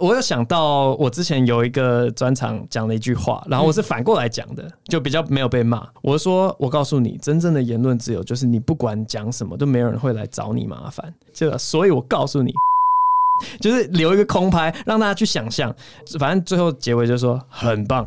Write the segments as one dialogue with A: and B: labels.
A: 我有想到我之前有一个专场讲了一句话，然后我是反过来讲的，就比较没有被骂。我说，我告诉你，真正的言论自由就是你不管讲什么，都没有人会来找你麻烦。就所以，我告诉你。 就是留一个空拍，让大家去想象。反正最后结尾就说很棒。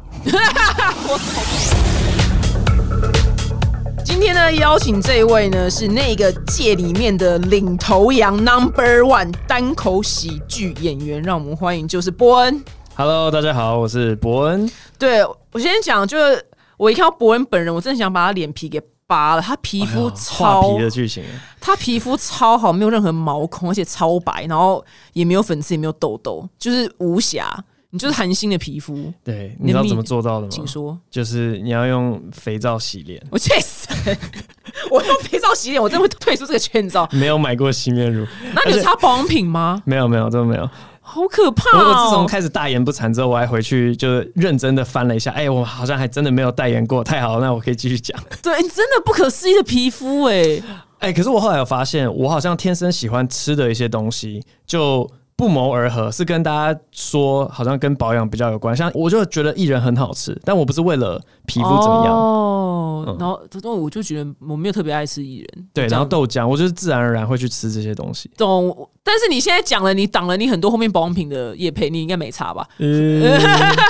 B: 今天呢，邀请这一位呢是那个界里面的领头羊 Number One 单口喜剧演员，让我们欢迎就是伯恩。
A: Hello，大家好，我是伯恩。
B: 对我先讲，就是我一看到伯恩本人，我真的想把他脸皮给扒了，他皮肤
A: 哎画
B: 超
A: 皮的剧情，
B: 他皮肤超好，没有任何毛孔，而且超白，然后也没有粉刺，也没有痘痘，就是无瑕，你就是韩星的皮肤。
A: 对，你知道怎么做到的吗
B: 请？说，
A: 就是你要用肥皂洗脸。
B: 我确实， 我用肥皂洗脸，我真的会退出这个圈，你知道？
A: 没有买过洗面乳，
B: 那你有擦保养品吗？
A: 没有没有，真的没有。
B: 好可怕
A: 我我自
B: 哦
A: 从！开始大言不惭之后，我还回去就是认真的翻了一下，哎、我好像还真的没有代言过，太好了，那我可以继续讲。
B: 对，哎你真的不可思议的皮肤哎、
A: 哎、可是我后来有发现，我好像天生喜欢吃的一些东西就。不谋而合是跟大家说，好像跟保养比较有关。像我就觉得薏仁很好吃，但我不是为了皮
B: 皮
A: 肤怎么样，
B: 哦，
A: 嗯
B: 然后他说我就觉得我没有特别爱吃薏仁，
A: 对，然
B: 这样
A: 后豆浆，我就是自然而然会去吃这些东西。
B: 懂。但是你现在讲了，你挡了你很多后面保养品的业配，你应该没差吧？
A: 嗯，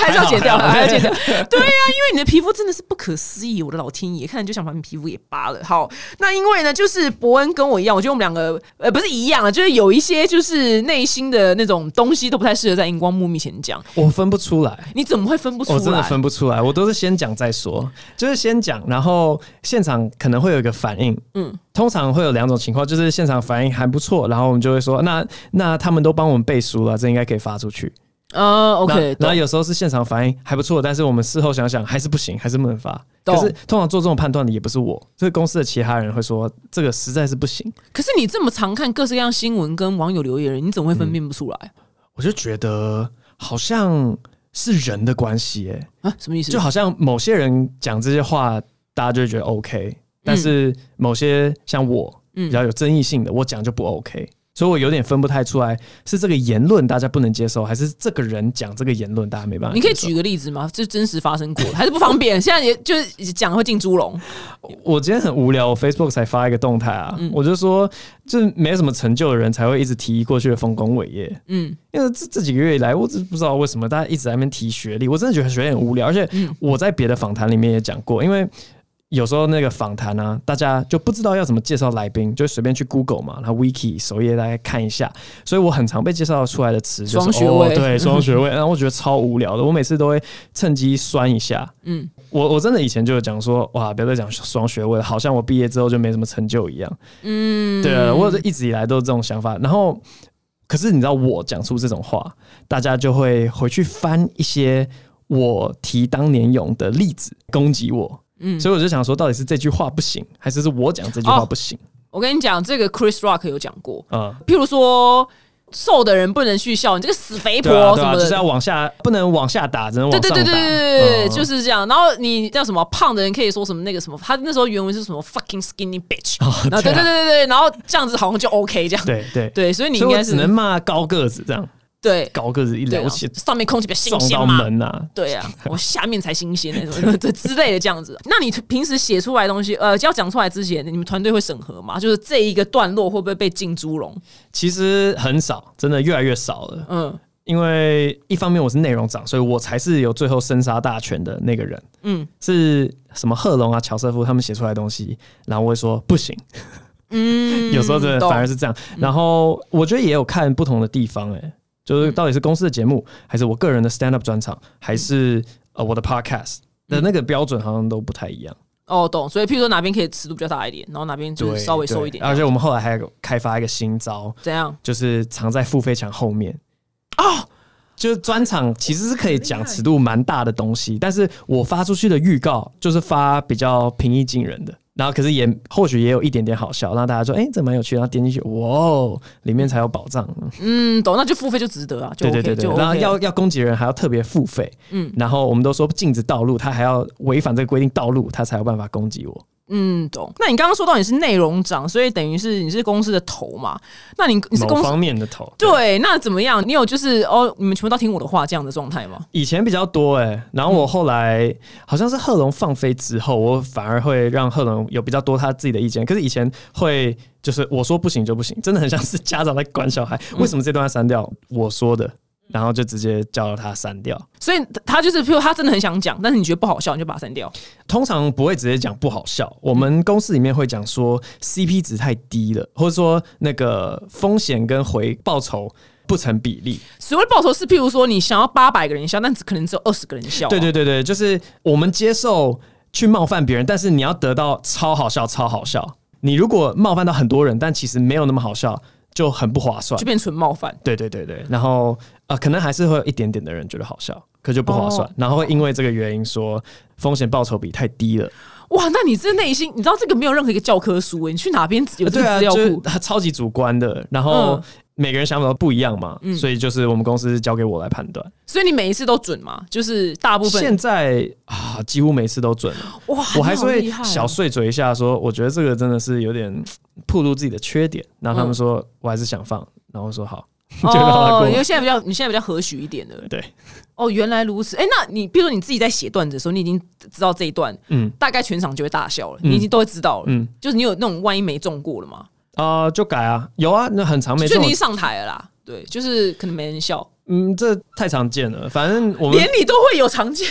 B: 还是要剪掉，
A: 还好
B: 还要剪掉。 对呀、因为你的皮肤真的是不可思议，我的老天爷，看了就想把你皮肤也扒了。好，那因为呢，就是伯恩跟我一样，我觉得我们两个呃不是一样啊，就是有一些就是内心的那种东西都不太适合在荧光幕面前讲。
A: 我分不出来。
B: 你怎么会分不出
A: 哦我真的
B: 来？
A: 分不出来，我都是先讲再说，就是先讲，然后现场可能会有一个反应，嗯
B: 嗯，
A: 通常会有两种情况，就是现场反应还不错，然后我们就会说，那那他们都帮我们背书了，这应该可以发出去。
B: 呃
A: 那
B: ，OK，
A: 然后
B: 懂
A: 有时候是现场反应还不错，但是我们事后想想还是不行，还是不能发。
B: 懂
A: 可是通常做这种判断的也不是我，这个公司的其他人会说这个实在是不行，
B: 可是你这么常看各式各样新闻跟网友留言，你怎么会分辨不出来、啊
A: 我就觉得好像是人的关系、欸，
B: 啊？什么意思？
A: 就好像某些人讲这些话，大家就会觉得 OK，但是某些像我比
B: 嗯
A: 较有争议性的，我讲就不 OK，所以我有点分不太出来是这个言论大家不能接受，还是这个人讲这个言论大家没办法
B: 你
A: 接受。
B: 可以举个例子吗？就真实发生过的， 还是不方便？现在也就是讲会进猪笼，
A: 我今天很无聊，我 Facebook 才发一个动态啊，
B: 嗯
A: 我就说，就是没什么成就的人才会一直提过去的丰功伟业，
B: 嗯，
A: 因为这这几个月以来，我只不知道为什么大家一直在那边提学历，我真的觉得学历很无聊。而且
B: 嗯
A: 我在别的访谈里面也讲过，因为有时候那个访谈啊，大家就不知道要怎么介绍来宾，就随便去 Google 嘛，然后 Wiki 首页大家看一下，所以我很常被介绍出来的词就是
B: 双学位
A: 哦、对，双学位，然后我觉得超无聊的，我每次都会趁机酸一下。
B: 嗯，
A: 我我真的以前就有讲说，哇，不要再讲双学位了，好像我毕业之后就没什么成就一样。
B: 嗯，
A: 对啊，我一直以来都是这种想法。然后，可是你知道我讲出这种话，大家就会回去翻一些我提当年勇的例子攻击我。
B: 嗯
A: 所以我就想说，到底是这句话不行，还是是我讲这句话不行？
B: 我跟你讲，这个 Chris Rock 有讲过，
A: 啊、
B: 譬如说瘦的人不能去笑你这个死肥
A: 对啊，
B: 婆
A: 对
B: 什
A: 啊，
B: 么
A: 就是
B: 的。
A: 要往下，不能往下打，只能
B: 对
A: 往
B: 对
A: 上打。
B: 对对对对，
A: 嗯
B: 就是这样。然后你叫什么胖的人可以说什么那个什么，他那时候原文是什么 fucking skinny bitch，然后对对对对对，然后这样子好像就 OK 这样。
A: 哦对对
B: 对，所以你
A: 所
B: 应
A: 以我
B: 该
A: 只
B: 是
A: 能骂高个子这样，
B: 对
A: 高个子一
B: 对
A: 了不
B: 啊，
A: 起
B: 上面空气比较新
A: 撞
B: 鲜
A: 到
B: 嘛，
A: 门啊，
B: 对 啊，我下面才新鲜那种这之类的这样子。 那你平时写出来的东西，呃，要讲出来之前，你们团队会审核吗？就是这一个段落会不会被进猪笼？
A: 其实很少，真的越来越少了。
B: 嗯
A: 因为一方面我是内容长，所以我才是有最后生杀大权的那个人。
B: 嗯
A: 是什么贺龙啊、乔瑟夫他们写出来的东西，然后我会说不行，
B: 嗯，
A: 有时候真的
B: 懂嗯
A: 反而是这样。然后我觉得也有看不同的地方、欸，
B: 嗯
A: 就是到底是公司的节目，还是我个人的 stand up 专场，还是呃我的 podcast
B: 嗯
A: 的那个标准好像都不太一样，
B: 哦，懂。所以，譬如说哪边可以尺度比较大一点，然后哪边就是稍微
A: 对
B: 收一点，
A: 而且我们后来还有开发一个新招，
B: 怎样？
A: 就是藏在付费墙后面哦。就是专场其实是可以讲尺度蛮大的东西，但是我发出去的预告就是发比较平易近人的，然后可是也或许也有一点点好笑，让大家说哎、这蛮有趣，然后点进去，哇哦，里面才有宝藏。
B: 嗯，懂。那就付费就值得啊， 就
A: 对
B: OK，
A: 对对对
B: 就，
A: 然后
B: OK
A: 要要攻击人还要特别付费，嗯
B: 嗯，
A: 然后我们都说禁止道路，他还要违反这个规定道路，他才有办法攻击我。
B: 嗯，懂。那你刚刚说到你是内容长，所以等于是你是公司的头嘛？那你你是
A: 某
B: 公司
A: 方面的头。
B: 对，那怎么样？你有就是哦，你们全部都听我的话这样的状态吗？
A: 以前比较多哎、然后我后来好像是贺龙放飞之后，我反而会让贺龙有比较多他自己的意见。可是以前会就是我说不行就不行，真的很像是家长在管小孩，为什么这段要删掉？我说的，然后就直接叫他删掉。
B: 所以他就是，譬如他真的很想讲，但是你觉得不好笑，你就把它删掉。
A: 通常不会直接讲不好笑，我们公司里面会讲说 CP 值太低了，或者说那个风险跟回报酬不成比例。
B: 所谓的报酬是，譬如说你想要八百个人笑，但只可能只有二十个人笑、
A: 对对，对对，就是我们接受去冒犯别人，但是你要得到超好笑、超好笑。你如果冒犯到很多人，但其实没有那么好笑，就很不划算
B: 就。变纯冒犯。
A: 对对对对，然后呃，可能还是会有一点点的人觉得好笑，可就不划算，
B: 哦
A: 然后会因为这个原因说风险报酬比太低
B: 哦
A: 了。
B: 哇，那你这内心，你知道这个没有任何一个教科书、欸，你去哪边有这
A: 对
B: 个
A: 啊，
B: 资料
A: 就是
B: 库？
A: 它超级主观的，然后
B: 嗯
A: 每个人想法都不一样嘛，所以就是我们公司交给我来判断。
B: 所以你每一次都准吗？就是大部
A: 现
B: 分
A: 在啊，几乎每次都准了，
B: 哇，
A: 我还是
B: 你好
A: 会
B: 厉害哦
A: 小碎嘴一下说我觉得这个真的是有点暴露自己的缺点，然后他们说我还是想放，然后说好， 就让他
B: 嗯哦，
A: 过
B: 因。为现在比较你现在比较和煦一点的。
A: 对，
B: 哦，原来如此。哎、那你比如说你自己在写段子的时候，你已经知道这一段，
A: 嗯
B: 大概全场就会大笑了，你已经都会知道了。
A: 嗯
B: 就是你有那种万一没中过了吗？
A: 啊、就改啊，有啊，那很长没
B: 就
A: 中
B: 你，上台了啦，对，就是可能没人笑，
A: 嗯，这太常见了。反正我们
B: 连你都会有 常见。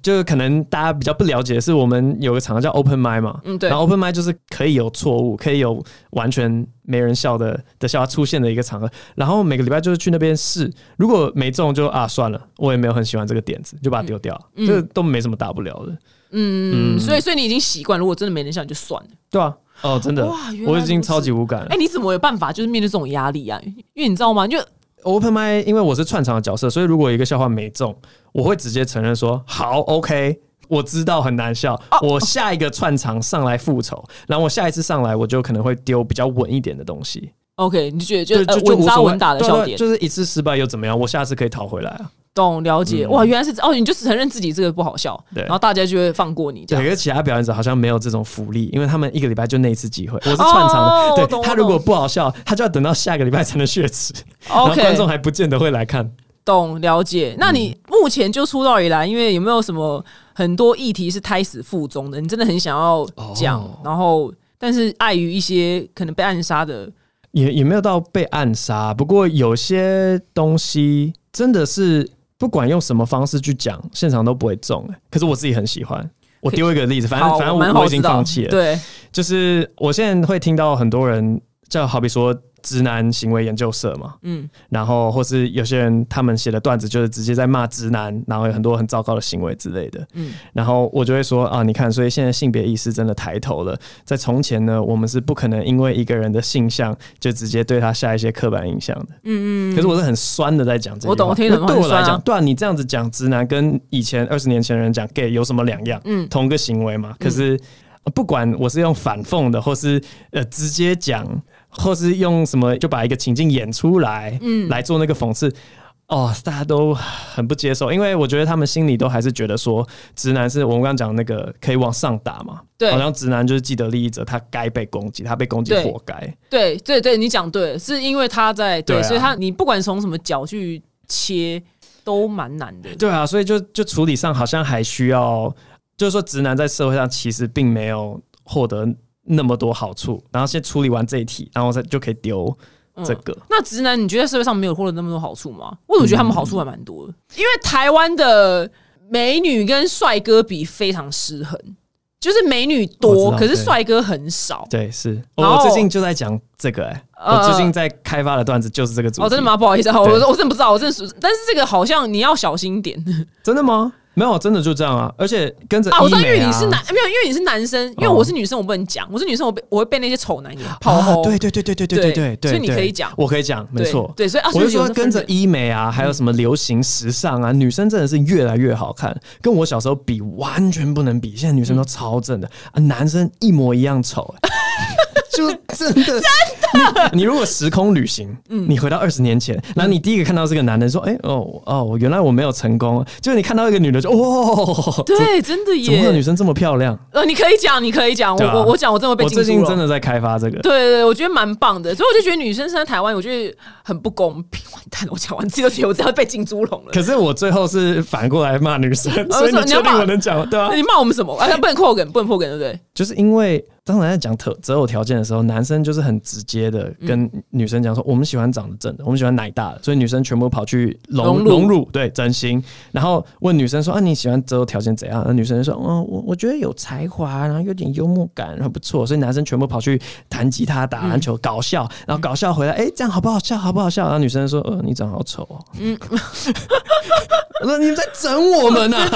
A: 就是可能大家比较不了解，是我们有个场合叫 Open m i 嘛，
B: 嗯对
A: 然后 Open m i 就是可以有错误，可以有完全没人笑的的笑话出现的一个场合，然后每个礼拜就是去那边试，如果没中就啊算了，我也没有很喜欢这个点子，就把它丢掉，这、都没什么大不了的，
B: 嗯，所以所以你已经习惯，如果真的没人笑，你就算了。
A: 对啊，哦真的
B: 嗯哇原，来
A: 我已经
B: 如此
A: 超级无感了
B: 哎、。你怎么有办法就是面对这种压力啊？因为你知道吗？就
A: Open m i 因为我是串场的角色，所以如果一个笑话没中，我会直接承认说好 OK。我知道很难笑，
B: 哦
A: 我下一个串场上来复仇，然后我下一次上来我就可能会丢比较稳一点的东西，
B: OK，你就觉得就
A: 对，
B: 呃
A: 就就
B: 稳
A: 无
B: 扎
A: 所谓
B: 稳打的
A: 对啊
B: 笑
A: 对啊
B: 点，
A: 就是一次失败又怎么样？我下次可以讨回来啊。
B: 懂了解？哇，原来是哦，你就承认自己这个不好笑，
A: 对
B: 然后大家就会放过你这
A: 对，
B: 样。
A: 可是其他表演者好像没有这种福利，因为他们一个礼拜就那一次机会。我是
B: 哦
A: 串场的，
B: 我懂
A: 对
B: 我
A: 他如果
B: 懂
A: 不好笑，他就要等到下个礼拜才能血池，然后
B: OK，
A: 观众还嗯不见得会来看。
B: 懂了解。那你目前就出道以来，因为有没有什么很多议题是胎死腹中的？你真的很想要讲，
A: 哦
B: 然后但是碍于一些可能被暗杀的，
A: 也也没有到被暗杀，不过有些东西真的是不管用什么方式去讲，现场都不会中、欸。可是我自己很喜欢。我丢一个例子，反正
B: 好
A: 反正
B: 蛮
A: 我
B: 好
A: 我已经
B: 知道
A: 放弃了。
B: 对，
A: 就是我现在会听到很多人，就好比说直男行为研究社嘛，
B: 嗯，
A: 然后或是有些人他们写的段子就是直接在骂直男，然后有很多很糟糕的行为之类的，
B: 嗯
A: 嗯，然后我就会说啊，你看，所以现在性别意识真的抬头了，在从前呢，我们是不可能因为一个人的性向就直接对他下一些刻板印象的，嗯嗯，可是我是很酸的在讲这句话，
B: 我懂我听得懂
A: 那对我
B: 很酸
A: 来
B: 啊
A: 讲，对啊，你这样子讲直男跟以前二十年前的人讲 gay 有什么两样？
B: 嗯
A: 嗯，同个行为嘛，可是。不管我是用反讽的，或是呃直接讲，或是用什么就把一个情境演出来，嗯，来做那个讽刺，哦，大家都很不接受，因为我觉得他们心里都还是觉得说，直男是我们刚刚讲那个可以往上打嘛，
B: 对
A: 好像直男就是既得利益者，他该被攻击，他被攻击
B: 对
A: 活该，
B: 对对对，你讲对了，是因为他在对，
A: 对啊
B: 所以他你不管从什么角去切，都蛮难的。
A: 对啊，所以就就处理上好像还需要，就是说直男在社会上其实并没有获得那么多好处，然后先处理完这一题，然后再就可以丢这个。
B: 那直男，你觉得社会上没有获得那么多好处吗？我总觉得他们
A: 嗯
B: 好处还蛮多的，因为台湾的美女跟帅哥比非常失衡，就是美女
A: 我
B: 多，
A: 知道
B: 可是
A: 对
B: 帅哥很少。
A: 对，是哦
B: 然
A: 我
B: 后
A: 最近就在讲这个、欸，
B: 呃
A: 我最近在开发的段子就是这个主题。
B: 哦，真的？吗？不好意思啊，我
A: 对
B: 我真的不知道，我真的是，但是这个好像你要小心一点
A: 真的吗？没有，真的就这样啊！而且跟着、
B: 啊！我知道，因
A: 美
B: 为
A: 啊
B: 你是男，没有，因为你是男生，因为
A: 哦
B: 我是女生，我不能讲，我是女生，我被我会被那些丑男给炮轰。
A: 啊对对对对对对
B: 对
A: 对对对，
B: 所以你
A: 对
B: 可以讲
A: 我可以讲，没
B: 对
A: 错。
B: 对所以啊
A: 我
B: 所以
A: 就
B: 有
A: 说
B: 这
A: 跟着
B: 分嗯
A: 医美啊，还有什么流行时尚啊，女生真的是越来越好看，跟我小时候比 完全不能比。现在女生都超正的啊，男生一模一样丑、欸就真的真的你，你如果时空旅行，
B: 嗯
A: 你回到二十年前，然后你第一个看到这个男人说：“哎、哦哦，原来我没有成功。”就你看到一个女的就哦，怎
B: 对，真的
A: 怎么会有女
B: 耶。
A: 生这么漂亮？
B: 呃，你可以讲，你可以讲，我
A: 对啊
B: 我我讲，我真的被
A: 我
B: 禁
A: 最
B: 足
A: 近
B: 了。
A: 真的在开发这个，
B: 对对对，我觉得蛮棒的，所以我就觉得女生生在台湾，我觉得很不公平。完蛋了，我讲完自己都觉得我真的被进猪笼了。
A: 可是我最后是反过来骂女生，所以
B: 说
A: 你
B: 哦你
A: 确
B: 要
A: 定
B: 骂
A: 我能讲吗对啊
B: 那？你骂我们什么？啊，不能破梗，不能破梗，对不对？
A: 就是因为当然在讲特择偶条件的时候，男生就是很直接的跟女生讲说，我们喜欢长得正的，我们喜欢奶大的，所以女生全部跑去隆
B: 隆乳
A: 隆乳对整形，然后问女生说啊你喜欢择偶条件怎样？那女生就说嗯我我觉得有才华，然后有点幽默感，很不错，所以男生全部跑去弹吉他、打篮球、搞笑，然后搞笑回来，哎、这样好不好笑？好不好笑？然后女生说呃你长得好丑哦，嗯，我说你们在整我们 啊，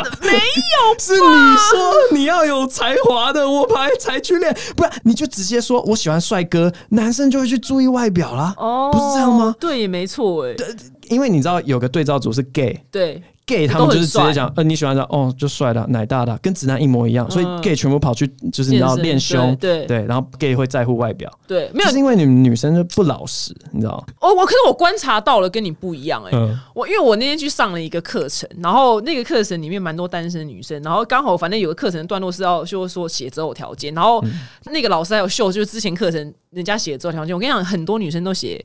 A: 是你说你要有才华的，我才才去练，不然你就直接说我喜欢帅哥，男生就会去注意外表啦。
B: 哦
A: 不是这样吗？
B: 对，也没错，哎，
A: 因为你知道有个对照组是
B: 嗯
A: gay。
B: 对，
A: gay 他们就是直接讲，呃，你喜欢的哦，就帅的，奶大的，跟直男一模一样，所以
B: 嗯
A: gay 全部跑去就是你要
B: 健身
A: 练胸，
B: 对对
A: 对，然后 gay 会在乎外表，
B: 对，没
A: 就
B: 有
A: 是因为你们女生就不老实，你知道吗？
B: 哦，我可是我观察到了，跟你不一样哎、
A: 嗯
B: 我因为我那天去上了一个课程，然后那个课程里面蛮多单身的女生，然后刚好反正有个课程段落是要就是说写择偶条件，然后
A: 嗯
B: 那个老师还有秀，就是之前课程人家写择偶条件，我跟你讲，很多女生都写。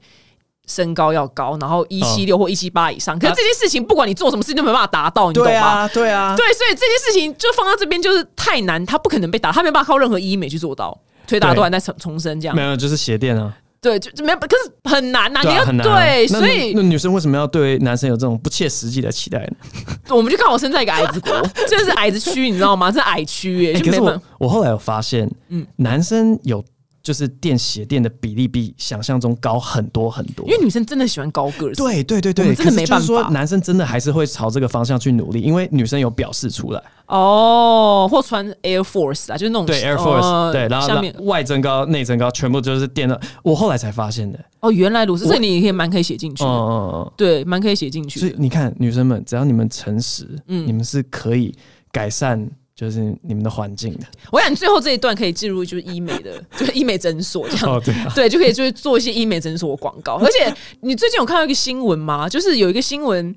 B: 身高要高，然后一
A: 嗯
B: 七六或一七八以上。可是这件事情，不管你做什么事情都没办法达到，哎你懂
A: 啊对
B: 吗？
A: 啊，对啊，
B: 对，所以这件事情就放到这边就是太难，他不可能被打，他没办法靠任何医美去做到，推打都还在重重生这样
A: 没。有就是鞋垫啊，
B: 对，就就没有，可是很难呐、
A: 对
B: 你
A: 啊，
B: 要
A: 很难啊。
B: 对，
A: 那
B: 所以
A: 那女生为什么要对男生有这种不切实际的期待呢？
B: 我们就刚好身在一个矮 子国，真的是矮子区，你知道吗？这矮区耶、
A: 欸
B: 就
A: 可
B: 没
A: 是
B: 办
A: 我
B: 法。
A: 我后来有发现，
B: 嗯
A: 嗯，男生有就是垫鞋垫的比例比想象中高很多很多
B: 因。为女生真的喜欢高个儿，，
A: 对对对
B: 我
A: 对，
B: 们真的
A: 可是
B: 没办
A: 就是
B: 法
A: 说男生真的还是会朝这个方向去努力，因为女生有表示出来。
B: 哦，或穿 Air Force 啊，就是那种
A: 对，Air Force，、
B: 呃
A: 对，然后
B: 下面
A: 外增高、内增高全部就是垫了。我后来才发现的，
B: 哦，原来如此，所以你也可以蛮可以写进去
A: 嗯
B: 的，
A: 嗯嗯嗯。
B: 对，蛮可以写进
A: 所
B: 去
A: 以
B: 的。
A: 你看，女生们，只要你们诚实，
B: 嗯
A: 你们是可以改善就是你们的环境的。
B: 我想你最后这一段可以进入就是医美的， 就是医美诊所这样。
A: 哦，对啊，
B: 对，就可以就是做一些医美诊所广告。而且你最近有看到一个新闻吗？就是有一个新闻，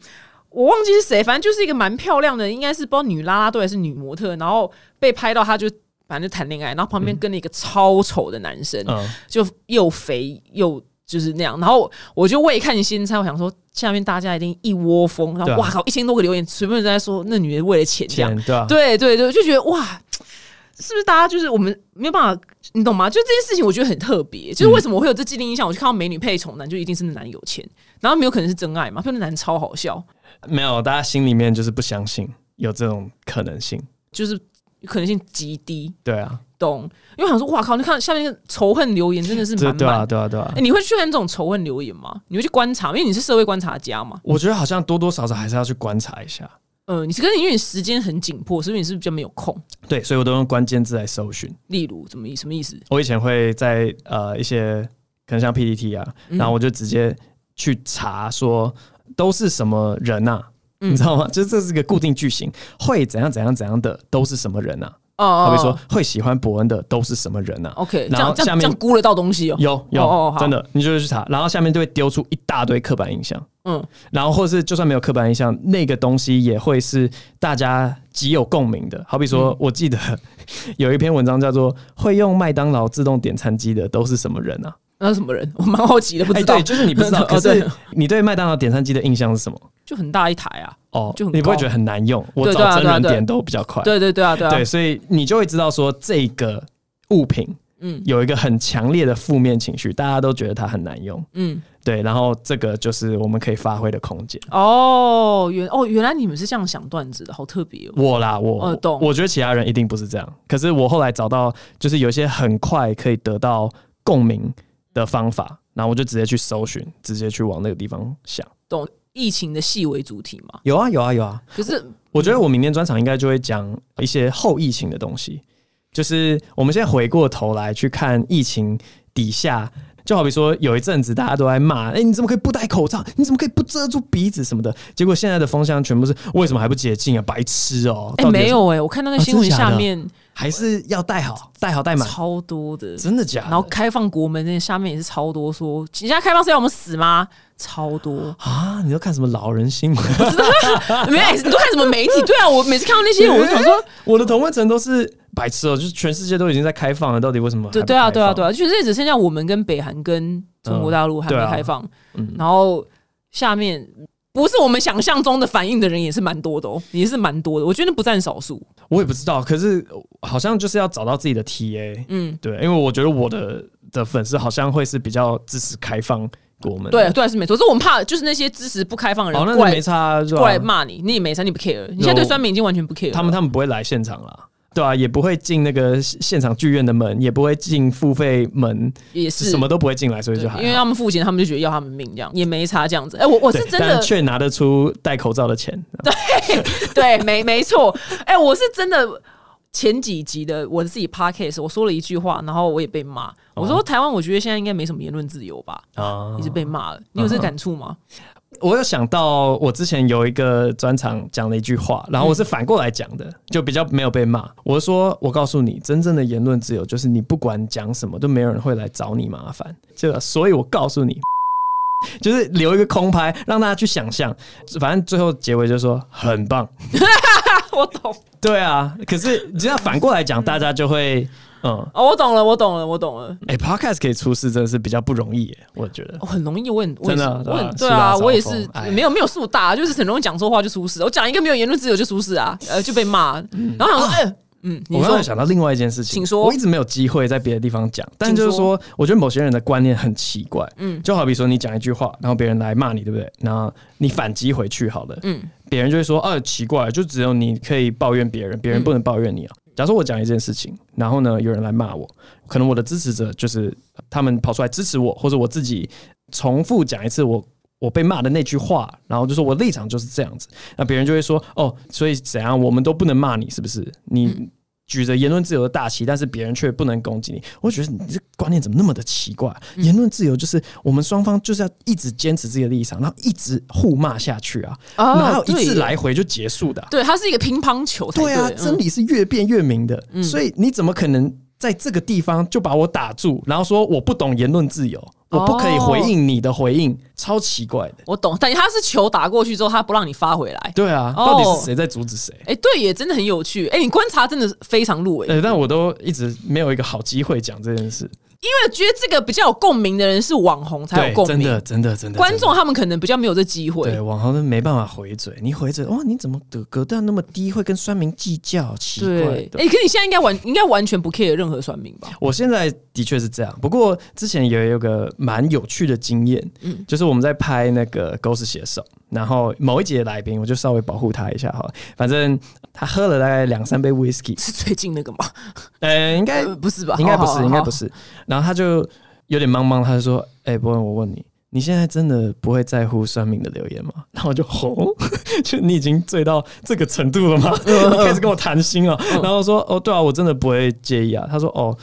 B: 我忘记是谁，反正就是一个蛮漂亮的，应该是不知道女啦啦队还是女模特，然后被拍到她就反正就谈恋爱，然后旁边跟了一个超丑的男生，
A: 嗯，
B: 就又肥又。就是那样，然后我就未看先猜，我想说下面大家一定一窝蜂，然后
A: 对啊
B: 哇靠，一千多个留言，随便都在说那女的为了钱这样
A: 钱，对啊，
B: 对对对，就觉得哇，是不是大家就是我们没有办法，你懂吗？就这件事情，我觉得很特别。就是为什么我会有这既定印象？我就看到美女配丑男，就一定是那男有钱，然后没有可能是真爱嘛？因为那男超好笑，
A: 没有，大家心里面就是不相信有这种可能性。
B: 就是可能性极低，
A: 对啊，
B: 懂？因为我想说，哇靠，你看下面那个仇恨留言真的是
A: 这
B: 满
A: 对
B: 满。
A: 啊，对啊，对啊
B: 哎、。你会去看这种仇恨留言吗？你会去观察，因为你是社会观察家嘛。
A: 我觉得好像多多少少还是要去观察一下，
B: 嗯，你是跟因为你时间很紧迫，所以你是不是比较没有空？
A: 对，所以我都用关键字来搜寻。
B: 例如，怎么意什么意思？
A: 我以前会在呃一些可能像 PPT 啊，
B: 嗯
A: 然后我就直接去查说都是什么人啊，
B: 嗯
A: 你知道吗？就是这是个固定句型，会怎样怎样怎样的都是什么人啊？
B: 哦哦
A: 他
B: 哦
A: 会说会喜欢伯恩的都是什么人啊？
B: ，OK，这
A: 然后
B: 样这
A: 下
B: 样
A: 面
B: 这样估得到东西哦。
A: 有有
B: 哦哦好
A: 真的，你就会去查，然后下面就会丢出一大堆刻板印象。
B: 嗯，
A: 然后或是就算没有刻板印象，那个东西也会是大家极有共鸣的。好比说，
B: 嗯
A: 我记得 有一篇文章叫做《会用麦当劳自动点餐机的都是什么人啊
B: 那是什么人？我蛮好奇的，不》？
A: 哎，
B: 知道。
A: 对，就是你不知道，
B: 哦
A: 可是
B: 对
A: 你对麦当劳点餐机的印象是什么？
B: 就很大一台啊。
A: 哦
B: 就，很
A: 你不会
B: 高
A: 觉得很难用？我
B: 对对
A: 找
B: 啊
A: 真
B: 对啊
A: 人
B: 对
A: 点都比较快。
B: 对对对啊，对啊，
A: 对，所以你就会知道说这个物品。
B: 嗯
A: 有一个很强烈的负面情绪，大家都觉得它很难用，
B: 嗯，
A: 对，然后这个就是我们可以发挥的空间。
B: 哦，原哦原来你们是这样想段子的，好特别哦。
A: 我啦，我、
B: 哦懂
A: 我觉得其他人一定不是这样。可是我后来找到，就是有一些很快可以得到共鸣的方法，然后我就直接去搜寻，直接去往那个地方想。
B: 懂疫情的戏为主体嘛？
A: 有啊，有啊，有啊。
B: 可是
A: 我觉得我明天专场应该就会讲一些后疫情的东西，就是我们现在回过头来去看疫情底下就好比说，有一阵子大家都在骂，哎、你怎么可以不戴口罩？你怎么可以不遮住鼻子什么的？结果现在的风向全部是为什么还不解禁啊？白痴哦、
B: 哎、
A: 到底
B: 没有哎、我看到那
A: 啊
B: 新闻
A: 真的假的
B: 下面
A: 还是要戴 好，戴好戴满，
B: 超多的，
A: 真的假的？，
B: 然后开放国门那下面也是超多说，你现在开放是要我们死吗？超多
A: 啊，你都看什么老人新 闻？
B: 没有，你都看什么媒体？对啊，我每次看到那些，我就想说，
A: 我的同温层都是白痴哦、就是全世界都已经在开放了，到底为什么还不
B: 对
A: 开放？
B: 对啊，对啊，对啊，就是只剩下我们跟北韩跟中国大陆还
A: 对
B: 没
A: 啊
B: 开放，
A: 嗯
B: 然后下面。不是我们想象中的反应的人也是蛮多的哦，也是蛮多的，我觉得不占少数。
A: 我也不知道，可是好像就是要找到自己的 TA，
B: 嗯，
A: 对，因为我觉得我的的粉丝好像会是比较支持开放国门，
B: 对，对，是没错。所以我们怕就是那些支持不开放的
A: 哦，那
B: 人
A: 就
B: 过
A: 没
B: 来
A: 差啊，是吧
B: 过来骂你，你也没啥，你不 care。你现在对酸民已经完全不 care 了。
A: 他们他们不会来现场啦，对啊，也不会进那个现场剧院的门，也不会进付费门，
B: 也是
A: 什么都不会进来，所以就还
B: 因为
A: 好
B: 他们付钱，他们就觉得要他们命这样，也没差这样子。哎、我我是
A: 对
B: 真
A: 但
B: 的
A: 却拿得出戴口罩的钱，
B: 对，没没错。哎、我是真的前几集的我自己 podcast，我说了一句话，然后我也被骂。我
A: 哦
B: 说台湾，我觉得现在应该没什么言论自由吧，
A: 啊
B: 也是被骂了。你
A: 嗯
B: 有这感触吗？
A: 我有想到，我之前有一个专场讲了一句话，然后我是反过来讲的，就比较没有被骂。我说，我告诉你，真正的言论自由就是你不管讲什么，都没有人会来找你麻烦。就所以，我告诉你， 就是留一个空拍，让大家去想象。反正最后结尾就说很棒，
B: 我懂、
A: 对啊。可是只要反过来讲，大家就会嗯。
B: 哦，我懂了，我懂了，我懂了。
A: 哎、p o d c a s t 可以出事真的是比较不容易耶，我觉得
B: 我很容易，我很我也是
A: 真的
B: 我很
A: 对
B: 对
A: 啊
B: 啊，
A: 树大招
B: 我也
A: 风
B: 是
A: 哎
B: 没有没有树大，就是很容易讲错话就出事。我讲一个没有言论自由就出事啊，呃，就被骂。然后想说，哎、嗯，你
A: 啊我刚
B: 说
A: 刚想到另外一件事情，
B: 请说
A: 我一直没有机会在别的地方讲，但就是说，我觉得某些人的观念很奇怪，嗯，就好比说你讲一句话，然后别人来骂你，对不对？然后你反击回去，好了，嗯，别人就会说，啊，奇怪，就只有你可以抱怨别人，别人
B: 嗯
A: 不能抱怨你啊。假如说我讲一件事情，然后呢，有人来骂我，可能我的支持者就是他们跑出来支持我，或者我自己重复讲一次我我被骂的那句话，然后就说我立场就是这样子，那别人就会说哦，所以怎样，我们都不能骂你，是不是？
B: 嗯
A: 你举着言论自由的大旗，但是别人却不能攻击你，我觉得你这观念怎么那么的奇怪？
B: 嗯
A: 言论自由就是我们双方就是要一直坚持自己的立场，然后一直互骂下去啊，
B: 哦
A: 哪有一
B: 对
A: 次
B: 耶
A: 来回就结束的啊、
B: 对，它是一个乒乓球才
A: 对啊，
B: 嗯
A: 真理是越辩越明的，所以你怎么可能在这个地方就把我打住，然后说我不懂言论自由，
B: 哦
A: 我不可以回应你的回应，超奇怪的。
B: 我懂，但他是球打过去之后，他不让你发回来。
A: 对啊，
B: 哦
A: 到底是谁在阻止谁？
B: 哎、对耶，真的很有趣。哎、你观察真的是非常入围，
A: 呃，但我都一直没有一个好机会讲这件事。
B: 因为觉得这个比较有共鸣的人是网红才有
A: 对，
B: 共
A: 真
B: 鸣
A: 的，，真的，真的，
B: 观
A: 真的
B: 众他们可能比较没有这机
A: 对
B: 会。
A: 网红都没办法回嘴，你回嘴哇，你怎么的格调那么低，会跟酸民计较，奇怪
B: 对，
A: 的。
B: 哎、可你现在应该完，应该完全不 care 任何酸民吧？
A: 我现在的确是这样，不过之前也有个蛮有趣的经验，就是我们在拍那个《狗屎写手》，然后某一节来宾，我就稍微保护他一下好了，反正他喝了大概两三杯 whisky，
B: 是最近那个吗？
A: 呃，应该
B: 呃，不是吧？
A: 应该不
B: 好
A: 是，应该不。
B: 好好
A: 是。然后他就有点懵懵，他就说：“哎、博文，我问你，你现在真的不会在乎酸民的留言吗？” 然后我就吼，就你已经醉到这个程度了 吗？
B: 嗯
A: 你开始跟我谈心了。然后说：“哦，对啊，我真的不会介意啊。”他说：“哦，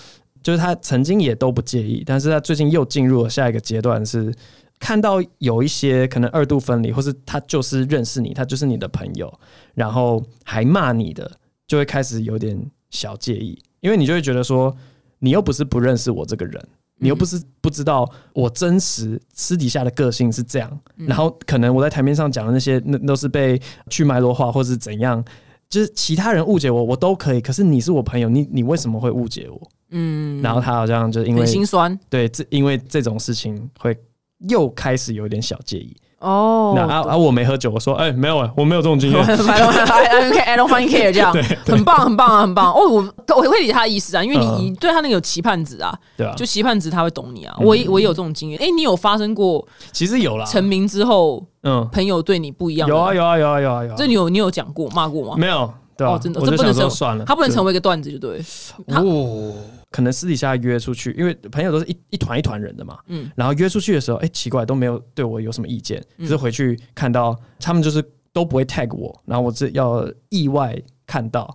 A: 就是他曾经也都不介意，但是他最近又进入了下一个阶段是。”看到有一些可能二度分离，或是他就是认识你，他就是你的朋友，然后还骂你的，就会开始有点小介意，因为你就会觉得说，你又不是不认识我这个
B: 嗯
A: 人，你又不是不知道我真实私底下的个性是这样，
B: 嗯
A: 然后可能我在台面上讲的那些，那那都是被去脉络化或是怎样，就是其他人误解我，我都可以。可是你是我朋友，你你为什么会误解我？
B: 嗯，
A: 然后他好像就因为
B: 很心酸
A: 对这因为这种事情会又开始有点小介意。
B: 哦。
A: 那啊啊，我没喝酒，我说哎、没有哎、我没有这种经 验。
B: 反正 I don't care, I don't fucking care 这样
A: 对，
B: 很棒，很棒啊，很棒哦！我我会理解他的意思啊，因为你
A: 嗯
B: 你对他那个有期盼值啊，
A: 对啊，
B: 就期盼值他会懂你啊。
A: 嗯
B: 我也我也有这种经验。哎、你有发生过
A: 其实有啦，
B: 成名之后
A: 嗯，
B: 朋友对你不一样的
A: 有
B: 吗？
A: 啊有啊有啊有啊有啊
B: 这你有你有讲过骂过吗？
A: 没有对吧、
B: 哦，真的，
A: 我
B: 这
A: 就
B: 不
A: 想
B: 能
A: 说
B: 成
A: 算了，
B: 他不能
A: 就
B: 成为一个段子，就对了。
A: 哦，可能私底下约出去，因为朋友都是一一团一团人的嘛，
B: 嗯嗯
A: 嗯，然后约出去的时候，哎、奇怪都没有对我有什么意见，只是回去看到他们就是都不会 tag 我，然后我这要意外看到，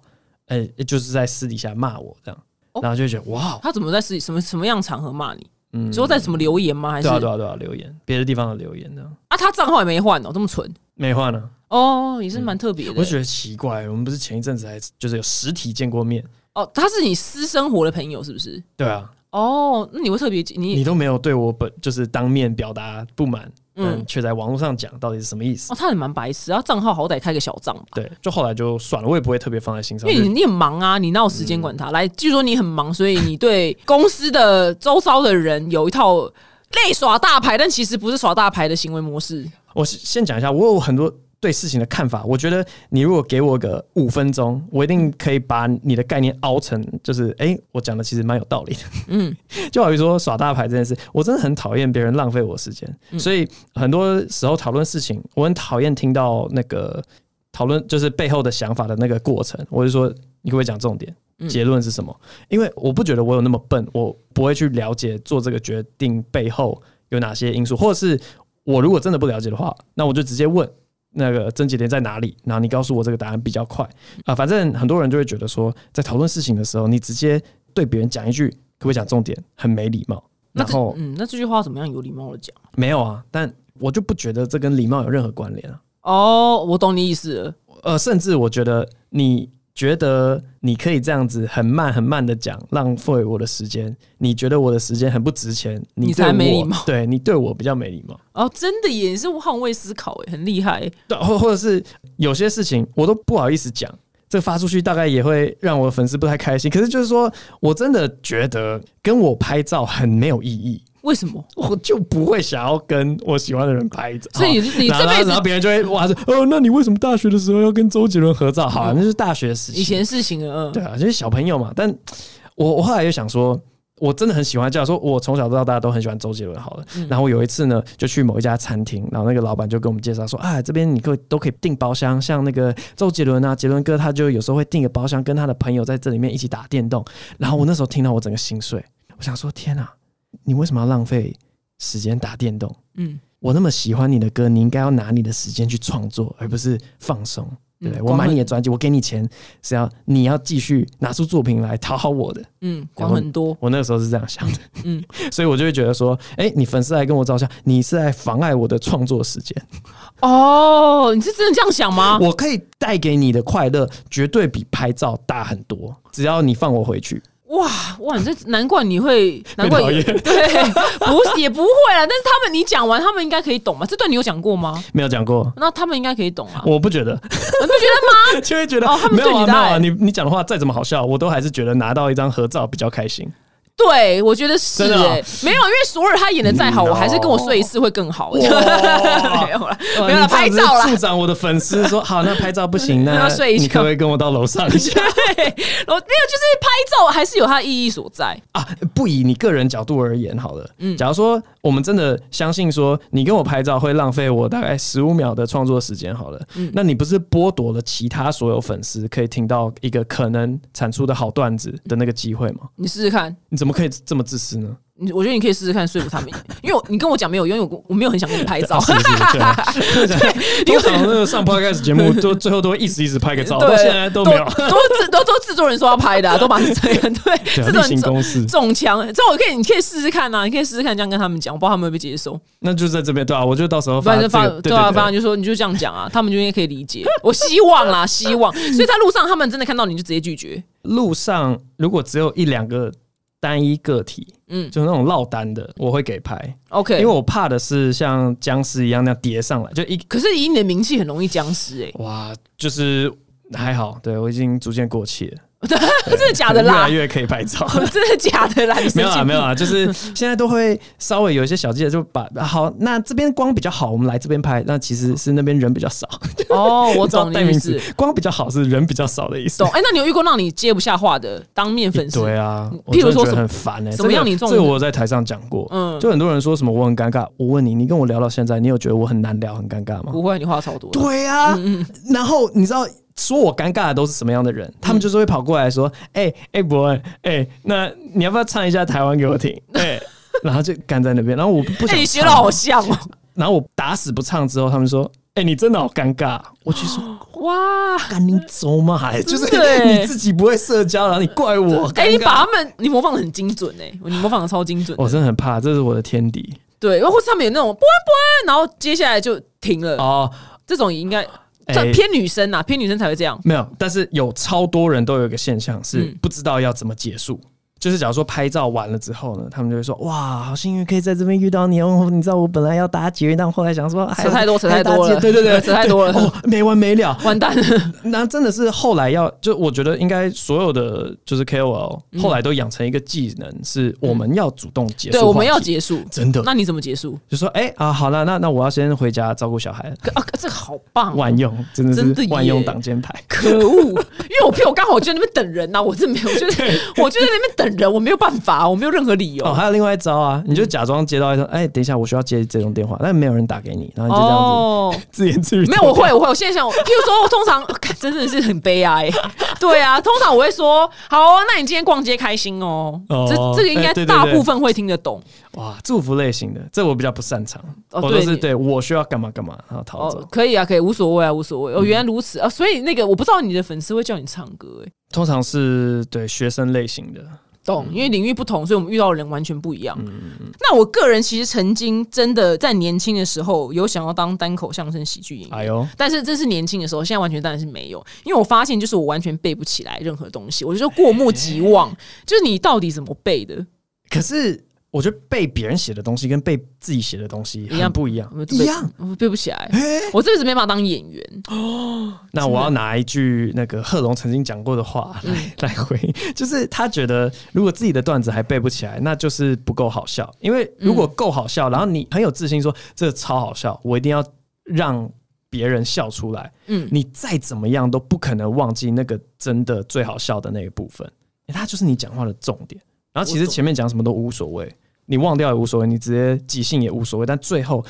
A: 哎、就是在私底下骂我这样
B: 哦，
A: 然后就觉得哇，哦
B: 他怎么在私底什么什么样场合骂你？嗯，说在什么留言吗？还是
A: 对啊对啊对啊，留言别的地方的留言这样
B: 啊他账号也没换哦，这么蠢
A: 没换啊，
B: 哦，也是蛮特别的。
A: 嗯我就觉得奇怪，我们不是前一阵子还就是有实体见过面，
B: 哦，他是你私生活的朋友是不是？
A: 对啊，
B: 哦，那你会特别你
A: 你都没有对我本就是当面表达不满，
B: 嗯
A: 嗯，却在网络上讲到底是什么意思？
B: 哦，他也蛮白痴，他账号好歹开个小账吧。
A: 对，就后来就算了，我也不会特别放在心上。
B: 因为你
A: 就
B: 你很忙啊，你哪有
A: 嗯
B: 时间管他？来，据说你很忙，所以你对公司的周遭的人有一套类耍大牌，但其实不是耍大牌的行为模式。
A: 我是先讲一下，我有很多对事情的看法。我觉得你如果给我个五分钟，我一定可以把你的概念凹成，就是哎、诶我讲的其实蛮有道理的。嗯， 就好比说耍大牌这件事，我真的很讨厌别人浪费我时间，所以很多时候讨论事情，我很讨厌听到那个讨论就是背后的想法的那个过程。我就说，你可不可以讲重点？
B: 嗯
A: 结论是什么？因为我不觉得我有那么笨，我不会去了解做这个决定背后有哪些因素，或者是我如果真的不了解的话，那我就直接问那个症结点在哪里，然后你告诉我这个答案比较快
B: 嗯
A: 啊、反正很多人就会觉得说，在讨论事情的时候，你直接对别人讲一句可不可以讲重点，很没礼貌。
B: 那
A: 然
B: 这
A: 后
B: 嗯，那这句话怎么样有礼貌的讲？
A: 没有啊，但我就不觉得这跟礼貌有任何关联啊。
B: 哦，我懂你意思了。
A: 呃，甚至我觉得你觉得你可以这样子很慢很慢的讲，浪费我的时间，你觉得我的时间很不值钱，
B: 你
A: 对
B: 才没
A: 我
B: 礼貌
A: 对你对我比较没礼貌。
B: 哦，真的耶，你是捍卫思考欸耶，很厉害耶。
A: 对，或或者是有些事情我都不好意思讲，这发出去大概也会让我的粉丝不太开心。可是就是说我真的觉得跟我拍照很没有意义，
B: 为什么？
A: 我就不会想要跟我喜欢的人拍照。
B: 所以你你
A: 然后
B: 这辈
A: 然
B: 子
A: 后然后别人就会哇说哦，那你为什么大学的时候要跟周杰伦合照？好、啊，那是大学的事情。
B: 嗯以前事情了，
A: 对
B: 嗯，
A: 啊，就是小朋友嘛。但我我后来又想说，我真的很喜欢，假如说我从小到大都很喜欢周杰伦好了。然后有一次呢，就去某一家餐厅，然后那个老板就跟我们介绍说啊，这边你可以都可以订包厢，像那个周杰伦啊，杰伦哥他就有时候会订个包厢，跟他的朋友在这里面一起打电动。然后我那时候听到我整个心碎，我想说天啊，你为什么要浪费时间打电动？
B: 嗯，
A: 我那么喜欢你的歌，你应该要拿你的时间去创作，而不是放松，对不对？
B: 嗯
A: 我
B: 光
A: 买
B: 很
A: 你的专辑，我给你钱是要你要继续拿出作品来讨好我的。
B: 嗯，管很多，
A: 我那个时候是这样想的，
B: 嗯
A: 嗯， 所以我就会觉得说，哎、你粉丝来跟我照相，你是在妨碍我的创作时间。嗯
B: 哦，你是真的这样想吗？
A: 我可以带给你的快乐，绝对比拍照大很多。只要你放我回去，
B: 哇哇，你这难怪你会，难怪
A: 被讨
B: 你
A: 厌
B: 对，不是也不会啦。但是他们你讲完，他们应该可以懂吧？这段你有讲过吗？
A: 没有讲过。
B: 那他们应该可以懂啊。
A: 我不觉得，
B: 你不觉得吗？
A: 就会觉得、
B: 哦他们
A: 没有啊，没
B: 对你的
A: 有
B: 爱
A: 啊，你你讲的话再怎么好笑，我都还是觉得拿到一张合照比较开心。
B: 对，我觉得是、
A: 真的啊
B: 欸，没有，因为索尔他演的再好，
A: No
B: 我还是跟我睡一次会更好。没有
A: 哇
B: 啦，
A: 哇
B: 没有啦，
A: 你这样
B: 拍
A: 子
B: 照啦
A: 助。长我的粉丝说好，那拍照不行，
B: 那
A: 那
B: 要睡一觉
A: 你可不可以跟我到楼上 一下
B: 我没有，就是拍照还是有它的意义所在。
A: 啊？不以你个人角度而言好了，
B: 嗯
A: 假如说我们真的相信说你跟我拍照会浪费我大概十五秒的创作时间好了，
B: 嗯
A: 那你不是剥夺了其他所有粉丝可以听到一个可能产出的好段子的那个机会吗？
B: 你试试看，
A: 你怎么可以这么自私 呢？
B: 你我觉得你可以试试看说服他们，因为我你跟我讲没有用，因为我我没有很想跟你拍照。
A: 是不是？对啊，通常那个上 podcast 节目都最后都会一直一直拍个照，到现在都没有。
B: 都都制都都制作人说要拍的、啊，都把你这样对，
A: 对啊
B: 制
A: 例
B: 作
A: 行
B: 人中
A: 公事，
B: 中枪，这我可以，你可以试试看呐、你可以试试看这样跟他们讲，我不知道他们会不会接受，
A: 那就在这边对啊，我就到时候
B: 反
A: 发
B: 正发
A: 这个
B: 对
A: 对
B: 啊，反正就说你就这样讲啊，他们就应该可以理解，我希望啦，希望，所以在路上他们真的看到你就直接拒绝，
A: 路上如果只有一两个单一个体，
B: 嗯
A: 嗯，就那种落单的，我会给拍，因
B: OK，
A: 为我怕的是像僵尸一样那样叠上来，就一
B: 可是以你的名气很容易僵尸哎、
A: 哇，就是还好，对我已经逐渐过气了，
B: 真的假的
A: 越
B: 啦
A: 来？越可以拍 照。
B: 真的假的 啦？你
A: 没有啊，没有
B: 啊，
A: 啊，就是现在都会稍微有一些小技巧，就把啊好，那这边光比较好，我们来这边拍，那其实是那边人比较少。
B: 哦，我懂
A: 你知道
B: 你
A: 代
B: 的意
A: 名
B: 思
A: 词，，光比较好是人比较少的意思。
B: 懂。哎、那你有遇过让你接不下话的当面粉丝？嗯
A: 对啊，我
B: 譬如
A: 真的觉
B: 说
A: 得
B: 什么
A: 很烦哎、欸，
B: 什么样你这种
A: 这个我在台上讲过，
B: 嗯
A: 嗯，就很多人说什么我很尴尬，我问你，你跟我聊到现在，你有觉得我很难聊、很尴尬吗？
B: 不会，你话超多的。
A: 对啊，
B: 嗯
A: 然后你知道。说我尴尬的都是什么样的人？他们就是会跑过来说：“哎、哎，伯恩，哎、那你要不要唱一下台湾给我听？” 哎、然后就干在那边，然后我不
B: 哎、
A: 想、
B: 你学的好像哦、
A: 然后我打死不唱之后，他们说：“哎、你真的好尴尬。我去说，
B: 哇！
A: 干你走嘛，哎就是
B: 真的欸
A: 你自己不会社交，然后你怪我，
B: 哎、你
A: 尴尬
B: 把他们，你模仿的很精准哎、你模仿的超精准的
A: 哦我真的很怕，这是我的天敌
B: 对，或是他们有那种不安不安，然后接下来就停了，
A: 哦。
B: 这种也应该
A: 哎
B: 算偏女生呐、偏女生才会这样。
A: 没有，但是有超多人都有一个现象是
B: 嗯
A: 不知道要怎么结束。就是假如说拍照完了之后呢，他们就会说：“哇，好幸运可以在这边遇到你哦！你知道我本来要搭捷运，但后来想说，哎
B: 扯太多扯太多
A: 还搭捷
B: 了
A: 对对 对，
B: 扯太多了
A: 对哦，没完没了。
B: 完蛋了，
A: 那真的是后来要，就我觉得应该所有的就是 KOL
B: 嗯
A: 后来都养成一个技能，是我们要主动结束话题，
B: 对，我们要结束，
A: 真的
B: 那你怎么结束？
A: 就说：“哎、啊，好了，那那我要先回家照顾小孩。”
B: 啊，这个好棒、哦，
A: 万用，真的
B: 真的
A: 是
B: 耶
A: 万用挡箭牌。
B: 可恶！因为我朋友刚好就在那边等人啊呐、我真的没有，我就在我就在那边等人，我没有办法，我没有任何理由。
A: 哦，还有另外一招啊，你就假装接到一通，哎、等一下，我需要接这通电话，但没有人打给你，然后你就这样子、
B: 哦
A: 自言自语。
B: 没有，我会，我会。我现在想，譬如说，我通常干真的是很 悲哀。对啊，通常我会说，好啊、那你今天逛街开心哦。
A: 哦
B: 这这个应
A: 哎
B: 该
A: 对对
B: 大
A: 对
B: 部分会听得懂。
A: 哇，祝福类型的，这我比较不擅长，
B: 哦
A: 我
B: 对
A: 都是
B: 你
A: 对我需要干嘛干嘛，然后逃走。
B: 哦，可以啊，可以，无所谓啊，无所谓。哦，原来如此啊，所以那个我不知道你的粉丝会叫你唱歌、欸，
A: 通常是对学生类型的，嗯
B: 懂？因为领域不同，所以我们遇到的人完全不一样。那我个人其实曾经真的在年轻的时候有想要当单口相声喜剧演员。
A: 哎呦，
B: 但是这是年轻的时候，现在完全当然是没有，因为我发现就是我完全背不起来任何东西，我就说过目即忘，
A: 哎
B: 就是你到底怎么背的？
A: 可是我觉得被别人写的东西跟被自己写的东西
B: 一样
A: 很不一样
B: 我，背
A: 一样。，哎
B: 我背不起来，我这辈子没办法当演员。
A: 那我要拿一句那个贺龙曾经讲过的话来 来回，就是他觉得如果自己的段子还背不起来，那就是不够好笑。因为如果够好笑，然后你很有自信说这超好笑，我一定要让别人笑出来。
B: 嗯，
A: 你再怎么样都不可能忘记那个真的最好笑的那一部分，欸它就是你讲话的重点。然后其
B: 我
A: 实
B: 懂
A: 前面讲什么都无所谓，你忘掉也无所谓，你直接即兴也无所谓，但最后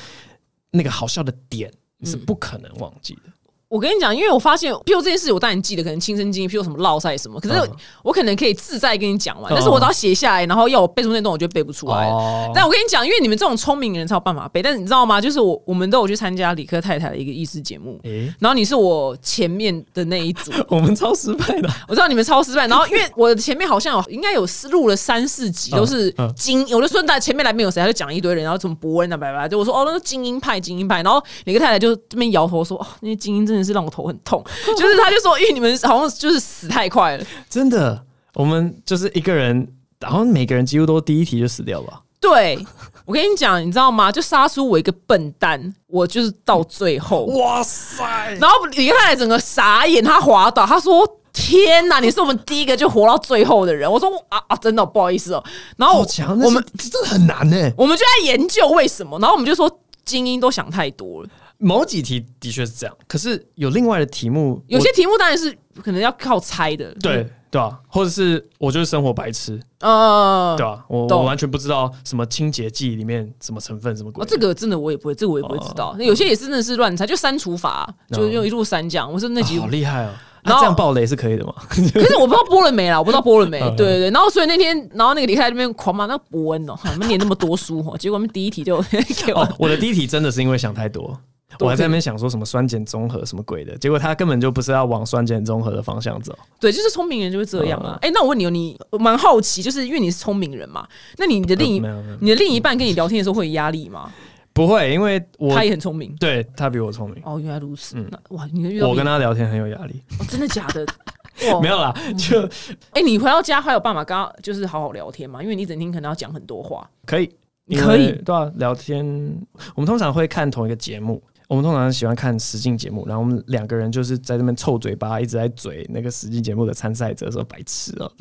A: 那个好笑的点你是不可能忘记的。
B: 我跟你讲，因为我发现，譬如这件事，我当然记得，可能亲身经历，譬如什么落赛什么，可是
A: 嗯
B: 我可能可以自在跟你讲完，
A: 嗯
B: 但是我只要写下来，然后要我背出那段，我就背不出来了。
A: 哦
B: 但我跟你讲，因为你们这种聪明人才有办法背，但是你知道吗？就是我我们都有去参加理科太太的一个益智节目，
A: 诶
B: 然后你是我前面的那一组，
A: 我们超失败的，
B: 我知道你们超失败，然后因为我的前面好像有应该有录了三四集，
A: 嗯
B: 都是
A: 嗯
B: 精，我就说大家前面来宾有谁，他就讲一堆人，然后什么伯恩啊，拜拜，就我说哦，那是精英派，精英派，然后哪个太太就这边摇头说，哦，那些精英真的是让我头很 痛，就是他就说，因为你们好像就是死太快了，
A: 真的。我们就是一个人，好像每个人几乎都第一题就死掉吧。
B: 对我跟你讲，你知道吗？就杀出我一个笨蛋，我就是到最后，
A: 哇塞！
B: 然后李太太整个傻眼，她滑倒，她说。天呐！你是我们第一个就活到最后的人。我说啊啊，真的不好意思哦。然后
A: 好
B: 我
A: 强！啊
B: 我
A: 我
B: 们
A: 们真的很难呢。
B: 我们就在研究为什么，然后我们就说精英都想太多了，
A: 某几题的确是这样，可是有另外的题目，
B: 有些嗯
A: 我
B: 题目当然是可能要靠猜的，
A: 对，对吧、或者是我就是生活白痴，
B: 呃，
A: 对吧、啊我
B: 懂
A: 我完全不知道什么清洁剂里面什么成分什么鬼
B: 哦，
A: 的、
B: 这个真的我也不会，这个我也不会知道。
A: 哦
B: 那有些也是真的是乱猜，就删除法，啊就用一路删降。我说那
A: 啊
B: 几
A: 好厉哦害哦！那、
B: 然后
A: 这样爆雷是可以的吗？
B: 可是我不知道播了没啦，我不知道播了没。
A: 嗯
B: 对对对，然后所以那天，然后那个李开那边狂骂那个伯恩哦，哈你们念那么多书哦，结果我们第一题就 给我
A: 哦， 我的第一题真的是因为想太多。
B: 对
A: 我还在那边想说什么酸碱中和什么鬼的，结果他根本就不是要往酸碱中和的方向走。
B: 对，就是聪明人就会这样
A: 嗯
B: 啊。哎、那我问你哦，你我蛮好奇，就是因为你是聪明人嘛，那你的另一、
A: 呃没有没有
B: 你的另一半跟你聊天的时候会有压力吗？
A: 不会，因为我
B: 他也很聪明。
A: 对他比我聪明，
B: 哦，原来如此。那哇，你遇到哦
A: 我
B: 你
A: 跟他聊天很有压力。
B: 哦真的假 的？哇
A: 没有啦，就
B: 哎、你回到家还有办法跟他就是好好聊天吗？因为你一整天可能要讲很多话。
A: 可以，
B: 你
A: 因为
B: 可以
A: 对啊，聊天。我们通常会看同一个节目，我们通常喜欢看实境节目，然后我们两个人就是在那边臭嘴巴，一直在嘴那个实境节目的参赛者说白痴哦、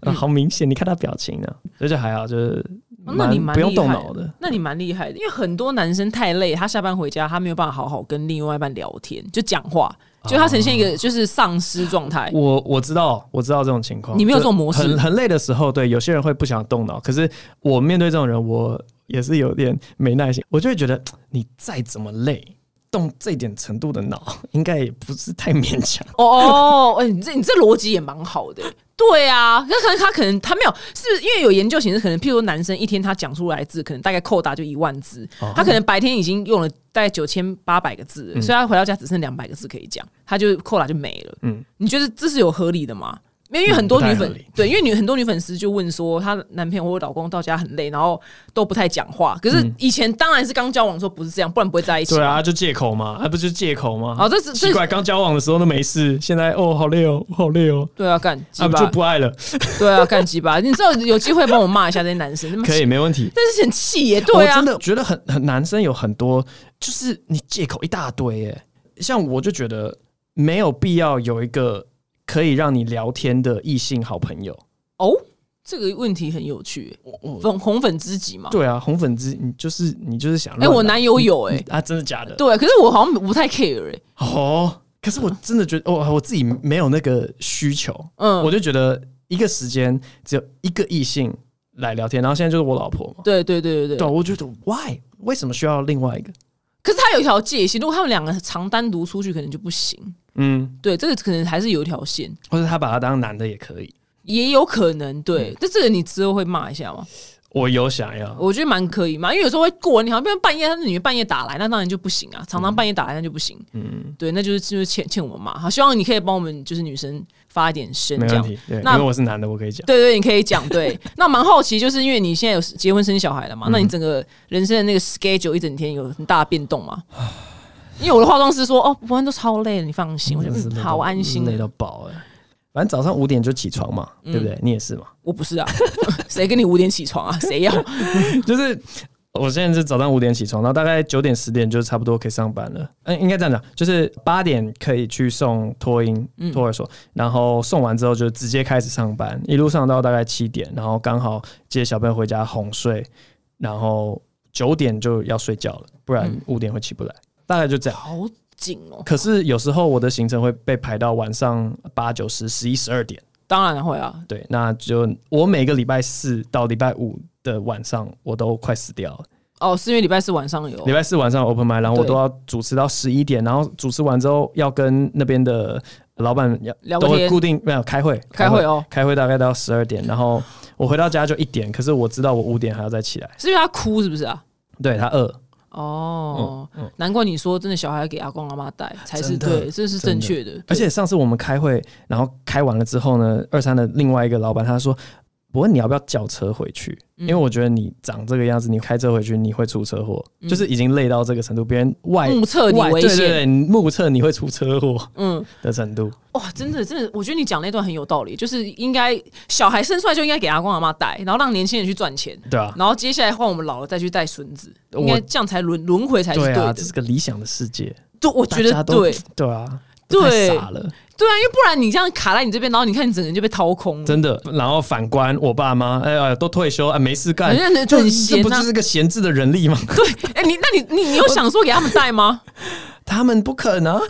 B: 嗯
A: 好明显，你看他表情呢、所以就还好，就是
B: 哦那你蛮
A: 不用
B: 厉害
A: 动
B: 的
A: 脑的。
B: 那你蛮厉害的，因为很多男生太累，他下班回家他没有办法好好跟另外一半聊天，就讲话，就他呈现一
A: 啊
B: 个就是丧尸状态。
A: 我我知道，我知道这种情况。
B: 你没有
A: 就
B: 这种模式
A: 很很累的时候，对有些人会不想动脑，可是我面对这种人，我也是有点没耐心。我就会觉得，你再怎么累，动这点程度的脑，应该也不是太勉强。
B: 哦，哎，你这你这逻辑也蛮好的。对啊，那可能他可能他没有，是不是因为有研究显示，可能譬如说男生一天他讲出来的字，可能大概扣打就一万字，他可能白天已经用了大概九千八百个字了，所以他回到家只剩两百个字可以讲，他就扣打就没了。嗯，你觉得这是有合理的吗？没有，因为很多
A: 嗯
B: 女
A: 不太
B: 粉、
A: 合理
B: 对，因为女很多女粉丝就问说，她男朋友或老公到家很累，然后都不太讲话。可是以前当然是刚交往的时候不是这样，不然不会在一起。
A: 对 啊，就借口嘛，还不就借口吗？
B: 哦这是这
A: 奇怪，刚交往的时候都没事，现在哦好累哦，我好累哦，
B: 对啊，干鸡
A: 啊
B: 巴、
A: 就不 爱了，
B: 对啊，干鸡 巴！你知道有机会帮我骂一下这些男生，他妈
A: 可以没问题。
B: 但是很气耶，对
A: 我
B: 啊，
A: 真的觉得很很男生有很多，就是你借口一大堆耶。像我就觉得没有必要有一个可以让你聊天的异性好朋友。
B: 哦，这个问题很有趣耶，
A: 哦
B: 粉红粉知己嘛，
A: 对啊，红粉知你就是你就是想
B: 哎，
A: 乱来，
B: 我男友有哎，
A: 啊，真的假的？
B: 对，可是我好像不太 care 哎，
A: 哦，可是我真的觉得，哦我我自己没有那个需求，
B: 嗯
A: 我就觉得一个时间只有一个异性来聊天，然后现在就是我老婆嘛，
B: 对对对对
A: 对，
B: 对，
A: 我就觉得 why 为什么需要另外一个？
B: 可是他有一条界限，如果他们两个常单独出去，可能就不行，
A: 嗯，
B: 对，这个可能还是有一条线，
A: 或者他把他当男的也可以，
B: 也有可能对，
A: 嗯
B: 但这个你之后会骂一下吗？
A: 我有想要，
B: 我觉得蛮可以嘛，因为有时候会过，你好像变成半夜，他那女的半夜打来，那当然就不行
A: 嗯
B: 啊。常常半夜打来，那就不行。嗯，对，那就是就是欠欠我们骂。好，希望你可以帮我们，就是女生发一点声，
A: 没
B: 这
A: 问
B: 样。
A: 题，对，因
B: 那
A: 为我是男的，我可以讲。
B: 对对，你可以讲。对， 那蛮好奇，就是因为你现在有结婚生小孩了
A: 嗯
B: 嘛，那你整个人生的那个 schedule 一整天有很大的变动吗？因为我的化妆师说，哦，伯恩都超累了，你放心，我就
A: 真的是
B: 嗯
A: 累到
B: 好安心嗯
A: 累
B: 了。
A: 到爆哎、反正早上五点就起床嘛，对不对？你也是嘛，
B: 我不是啊， 谁跟你五点起床啊？谁要？
A: 就是我现在是早上五点起床，然后大概九点十点就差不多可以上班了。嗯，应该这样讲，就是八点可以去送托婴
B: 嗯
A: 托儿所，然后送完之后就直接开始上班，一路上到大概七点，然后刚好接小朋友回家哄睡，然后九点就要睡觉了，不然
B: 嗯
A: 五点会起不来。大概就这样。
B: 好紧哦。
A: 可是有时候我的行程会被排到晚上八九十十一十二点。
B: 当然会啊，
A: 对，那就我每个礼拜四到礼拜五的晚上，我都快死掉了。
B: 哦，是因为礼拜四晚上有
A: 礼拜四晚上有 open m i 然后我
B: 对
A: 都要主持到十一点，然后主持完之后要跟那边的老板
B: 聊
A: 要
B: 个
A: 都会
B: 天
A: 固定没有开会，
B: 开会哦。
A: 开会大概到十二点，然后我回到家就一点，可是我知道我五点还要再起来。
B: 是因为他哭是不是啊？
A: 对他饿，
B: 哦，难怪你说真的，小孩给阿公阿妈带才是
A: 真的
B: 对，这是正确的。
A: 而且上次我们开会，然后开完了之后呢，二三的另外一个老板他说：“不过你要不要叫车回去？因
B: 嗯
A: 为我觉得你长这个样子，你开车回去你会出车祸，就是已经累到这个程度，别人外
B: 嗯目测你
A: 外
B: 危
A: 对对
B: 险，
A: 对，你目测你会出车祸
B: 嗯，
A: 的程度。
B: 哇，真的真的，我觉得你讲那段很有道理，就是应该小孩生出来就应该给阿公阿妈带，然后让年轻人去赚钱，
A: 对啊，
B: 然后接下来换我们老了再去带孙子，
A: 我
B: 应该这样才轮轮回才是对
A: 啊，
B: 的。
A: 这是个理想的世界，
B: 对，我
A: 大
B: 觉
A: 家
B: 得
A: 都
B: 对
A: 对啊，
B: 对
A: 太傻了，
B: 对啊，因为不然你这样卡在你这边，然后你看你整个人就被掏空了。
A: 真的。然后反观我爸妈，哎呀，都退休啊，没事干
B: 人家，人
A: 就
B: 就很
A: 这
B: 闲
A: 不
B: 啊
A: 就是个闲置的人力吗？
B: 对，哎、你那你你你有想说给他们带吗？
A: 他们不肯啊，
B: 不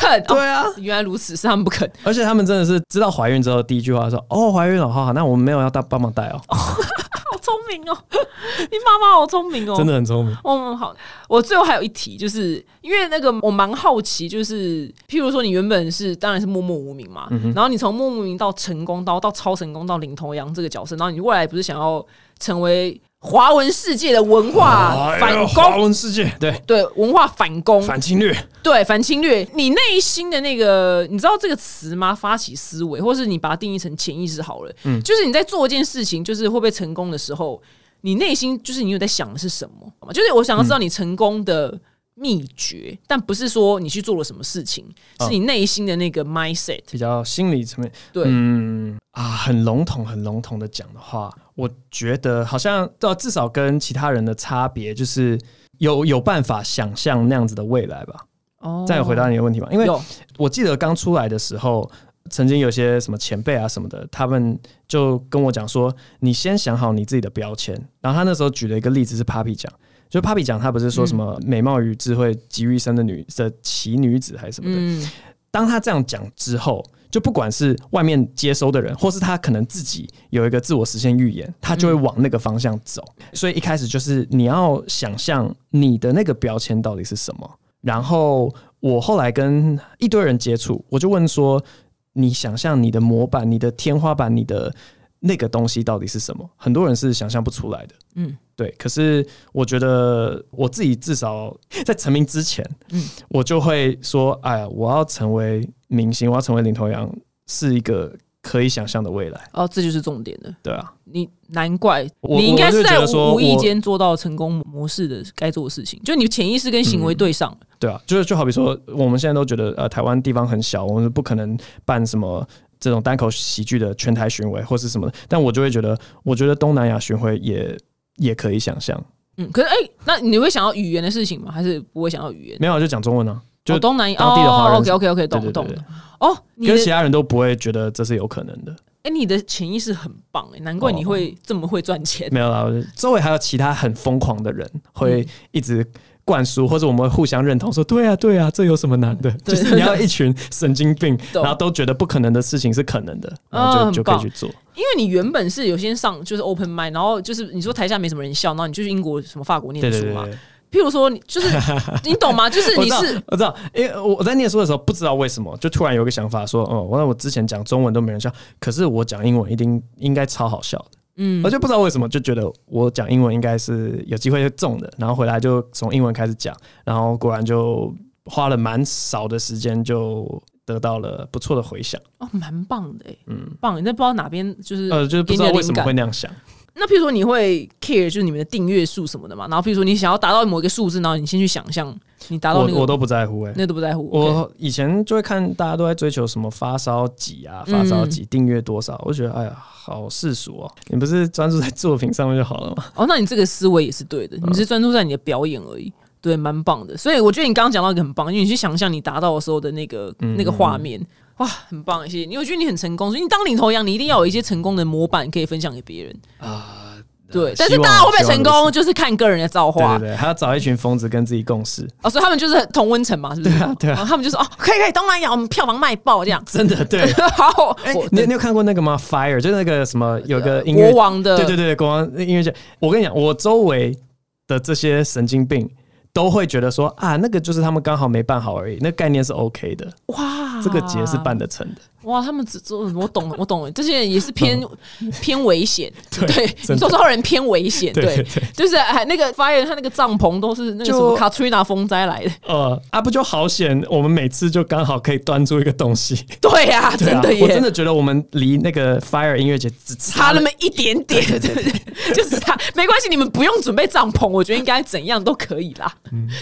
B: 肯，哦，
A: 对啊。
B: 原来如此，是他们不肯。
A: 而且他们真的是知道怀孕之后，第一句话说：“哦，怀孕了，好好，那我们没有要带帮忙带哦。
B: 好聪明哦，你妈妈好聪明哦，
A: 真。的很聪明。
B: 哦，好，我最后还有一题，就是因为那个我蛮好奇，就是譬如说你原本是当然是默默无名嘛，
A: 嗯
B: 然后你从默默无名到成功到到超成功到领头羊这个角色，然后你未来不是想要成为华文世界的文化啊反
A: 哎华
B: 攻？
A: 文世界，对，
B: 对文化反攻，
A: 反侵略，
B: 对反侵略，你内心的那个，你知道这个词吗？发起思维，或是你把它定义成潜意识好了。嗯，就是你在做一件事情，就是会不会成功的时候，你内心就是你有在想的是什么？好吗就是我想要知道你成功的秘诀，但不是说你去做了什么事情，
A: 嗯
B: 是你内心的那个 mindset。
A: 比较心理层面
B: 对，
A: 嗯啊，很笼统、很笼统的讲的话，我觉得好像到至少跟其他人的差别就是有有办法想象那样子的未来吧。
B: 哦
A: 再回答你的问题吧，因为
B: 有
A: 我记得刚出来的时候，曾经有些什么前辈啊什么的，他们就跟我讲说，你先想好你自己的标签。然后他那时候举了一个例子是 Papi 奖，就 Papi 奖，他不是说什
B: 嗯
A: 么美貌与智慧集于一身的女的奇女子还是什么的。
B: 嗯，
A: 当他这样讲之后，就不管是外面接收的人，或是他可能自己有一个自我实现预言，他就会往那个方向走。所以一开始就是你要想象你的那个标签到底是什么，然后我后来跟一堆人接触，我就问说：你想象你的模板、你的天花板、你的那个东西到底是什么？很多人是想象不出来的。
B: 嗯，
A: 对。可是我觉得我自己至少在成名之前，
B: 嗯
A: 我就会说：哎呀，我要成为明星，我要成为领头羊，是一个可以想象的未来，
B: 哦，这就是重点了。
A: 对啊。
B: 你难怪，
A: 我
B: 你应该是在
A: 我就觉得说
B: 无无意
A: 我
B: 间做到成功模式的该做的事情，就你潜意识跟
A: 嗯
B: 行为对上了。
A: 对啊，就是就好比说，我们现在都觉得呃，台湾地方很小，我们不可能办什么这种单口喜剧的全台巡回或是什么的。但我就会觉得，我觉得东南亚巡回也也可以想象。
B: 嗯，可是哎、那你会想要语言的事情吗？还是不会想要语言？
A: 没有就讲中文啊，就
B: 哦、东南亚
A: 当地的华人
B: o k OK
A: 对
B: OK，懂
A: 对
B: 懂
A: 对
B: 了。哦，你的
A: 跟其他人都不会觉得这是有可能的。
B: 哎、你的潜意识很棒哎、难
A: 哦
B: 怪你会这么会赚钱。
A: 没有啦，我就周围还有其他很疯狂的人
B: 嗯
A: 会一直。灌输，或者我们会互相认同，说对啊，对啊，这有什么难的？
B: 对
A: 就是你要一群神经病，
B: 懂
A: 然后都觉得不可能的事情是可能的，然后就、
B: 嗯
A: 就可以
B: 很棒
A: 去做。
B: 因为你原本是有些上就是 open mind，然后就是你说台下没什么人笑，然后你就去英国什么法国念
A: 对对
B: 书
A: 对
B: 嘛。
A: 对。
B: 譬如说你 就是你懂吗？就是
A: 我
B: 你
A: 知道
B: 是，
A: 我知道，因为我在念书的时候不知道为什么，就突然有一个想法说，哦、我那我之前讲中文都没人笑，可是我讲英文一定应该超好笑的。
B: 嗯
A: 我就不知道为什么，就觉得我讲英文应该是有机会中的，然后回来就从英文开始讲，然后果然就花了蛮少的时间就得到了不错的回响。
B: 哦，蛮棒的哎、
A: 嗯，
B: 棒！你那不知道哪边就是
A: 呃，就是不知道
B: 给你的
A: 为什么
B: 灵感
A: 会那样想。
B: 那譬如说你会 care 就是你们的订阅数什么的嘛，然后譬如说你想要达到某一个数字，然后你先去想象你达到
A: 我
B: 那
A: 我
B: 个，
A: 都不在乎哎、欸
B: 那都不在乎。OK
A: 我以前就会看大家都在追求什么发烧几啊，
B: 嗯
A: 发烧几订阅多少，我就觉得哎呀，好世俗哦！你不是专注在作品上面就好了吗？
B: 哦，那你这个思维也是对的，
A: 嗯
B: 你是专注在你的表演而已。对，蛮棒的。所以我觉得你刚刚讲到一个很棒，因为你去想象你达到的时候的那个、
A: 嗯
B: 那个画面，哇，很棒！谢谢你，我觉得你很成功。所以你当领头羊，你一定要有一些成功的模板可以分享给别人。
A: 啊、
B: 对，
A: 希望
B: 但是大家会不会成
A: 希望如
B: 功，就是看个人的造化
A: 对对对，还要找一群疯子跟自己共 事，
B: 哦。所以他们就是同温层嘛，是不是？
A: 对啊对啊
B: 然后他们就说哦，可以可以，东南亚我们票房卖爆这样。
A: 真的对。
B: 好，
A: 哎、
B: 我
A: 你你有看过那个吗？Fire 就是那个什么有个音乐
B: 呃国，王的
A: 对对对，国王音乐剧。我跟你讲，我周围的这些神经病都会觉得说啊，那个就是他们刚好没办好而已，那概念是 OK 的，
B: 哇，
A: 这个节是办得成的。
B: 哇，他们只做我懂了，我懂了，这些人也是偏偏 危险，对，
A: 嗯的
B: 做招人偏危险，
A: 对
B: 对
A: 对对，
B: 就是哎，那个发言他那个帐篷都是那个什么
A: 就
B: 卡崔娜风灾来的，
A: 呃，啊不就好险，我们每次就刚好可以端出一个东西。
B: 对呀，
A: 对
B: 真
A: 啊
B: 的，耶，
A: 我真的觉得我们离那个 Fire 音乐节只
B: 差
A: 差
B: 那
A: 了。
B: 么一点点，对对对， 就是差，没关系，你们不用准备帐篷，我觉得应该怎样都可以啦。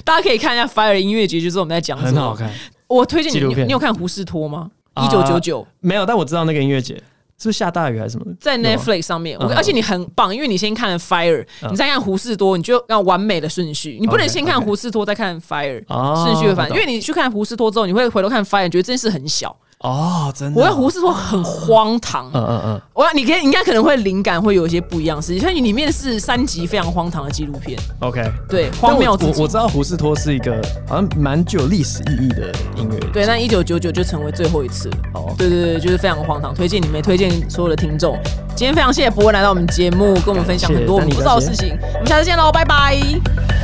B: 大家可以看一下 Fire 音乐节，就是我们在讲
A: 嗯
B: 什
A: 很
B: 么，
A: 好看，
B: 我推荐你，
A: 纪录
B: 你
A: 片
B: 你有看胡适托吗？
A: 啊
B: 一九九九。
A: 没有，但我知道那个音乐节是不是下大雨还是什么的？
B: 在
A: 有吗
B: Netflix 上面，我
A: 嗯
B: 而且你很棒，因为你先看了 Fire，、你再看胡适多，你就要完美的顺序，你不能
A: OK，
B: 先看
A: OK 嗯
B: 胡适多再看 Fire，
A: 哦
B: 顺序会反，
A: 我
B: 因
A: 懂
B: 为你去看胡适多之后，你会回头看 Fire，觉得这件事很小。
A: 哦，真的
B: 我
A: 哦、
B: 要胡适多很荒唐，
A: 嗯嗯嗯，
B: 我要你可以你应该可能会灵感会有一些不一样的事情，所以你里面是三集非常荒唐的纪录片，
A: OK，
B: 对，
A: 但
B: 荒
A: 我
B: 谬
A: 我
B: 至极
A: 我知道胡适托是一个好像蛮具有历史意义的音乐节。
B: 对，那一九九九就成为最后一次了。
A: 哦
B: 对对对，就是非常荒唐，推荐你们，也推荐所有的听众。今天非常谢谢博文来到我们节目，跟我们分享很多我们不知道的事情。我们下次见喽，拜拜。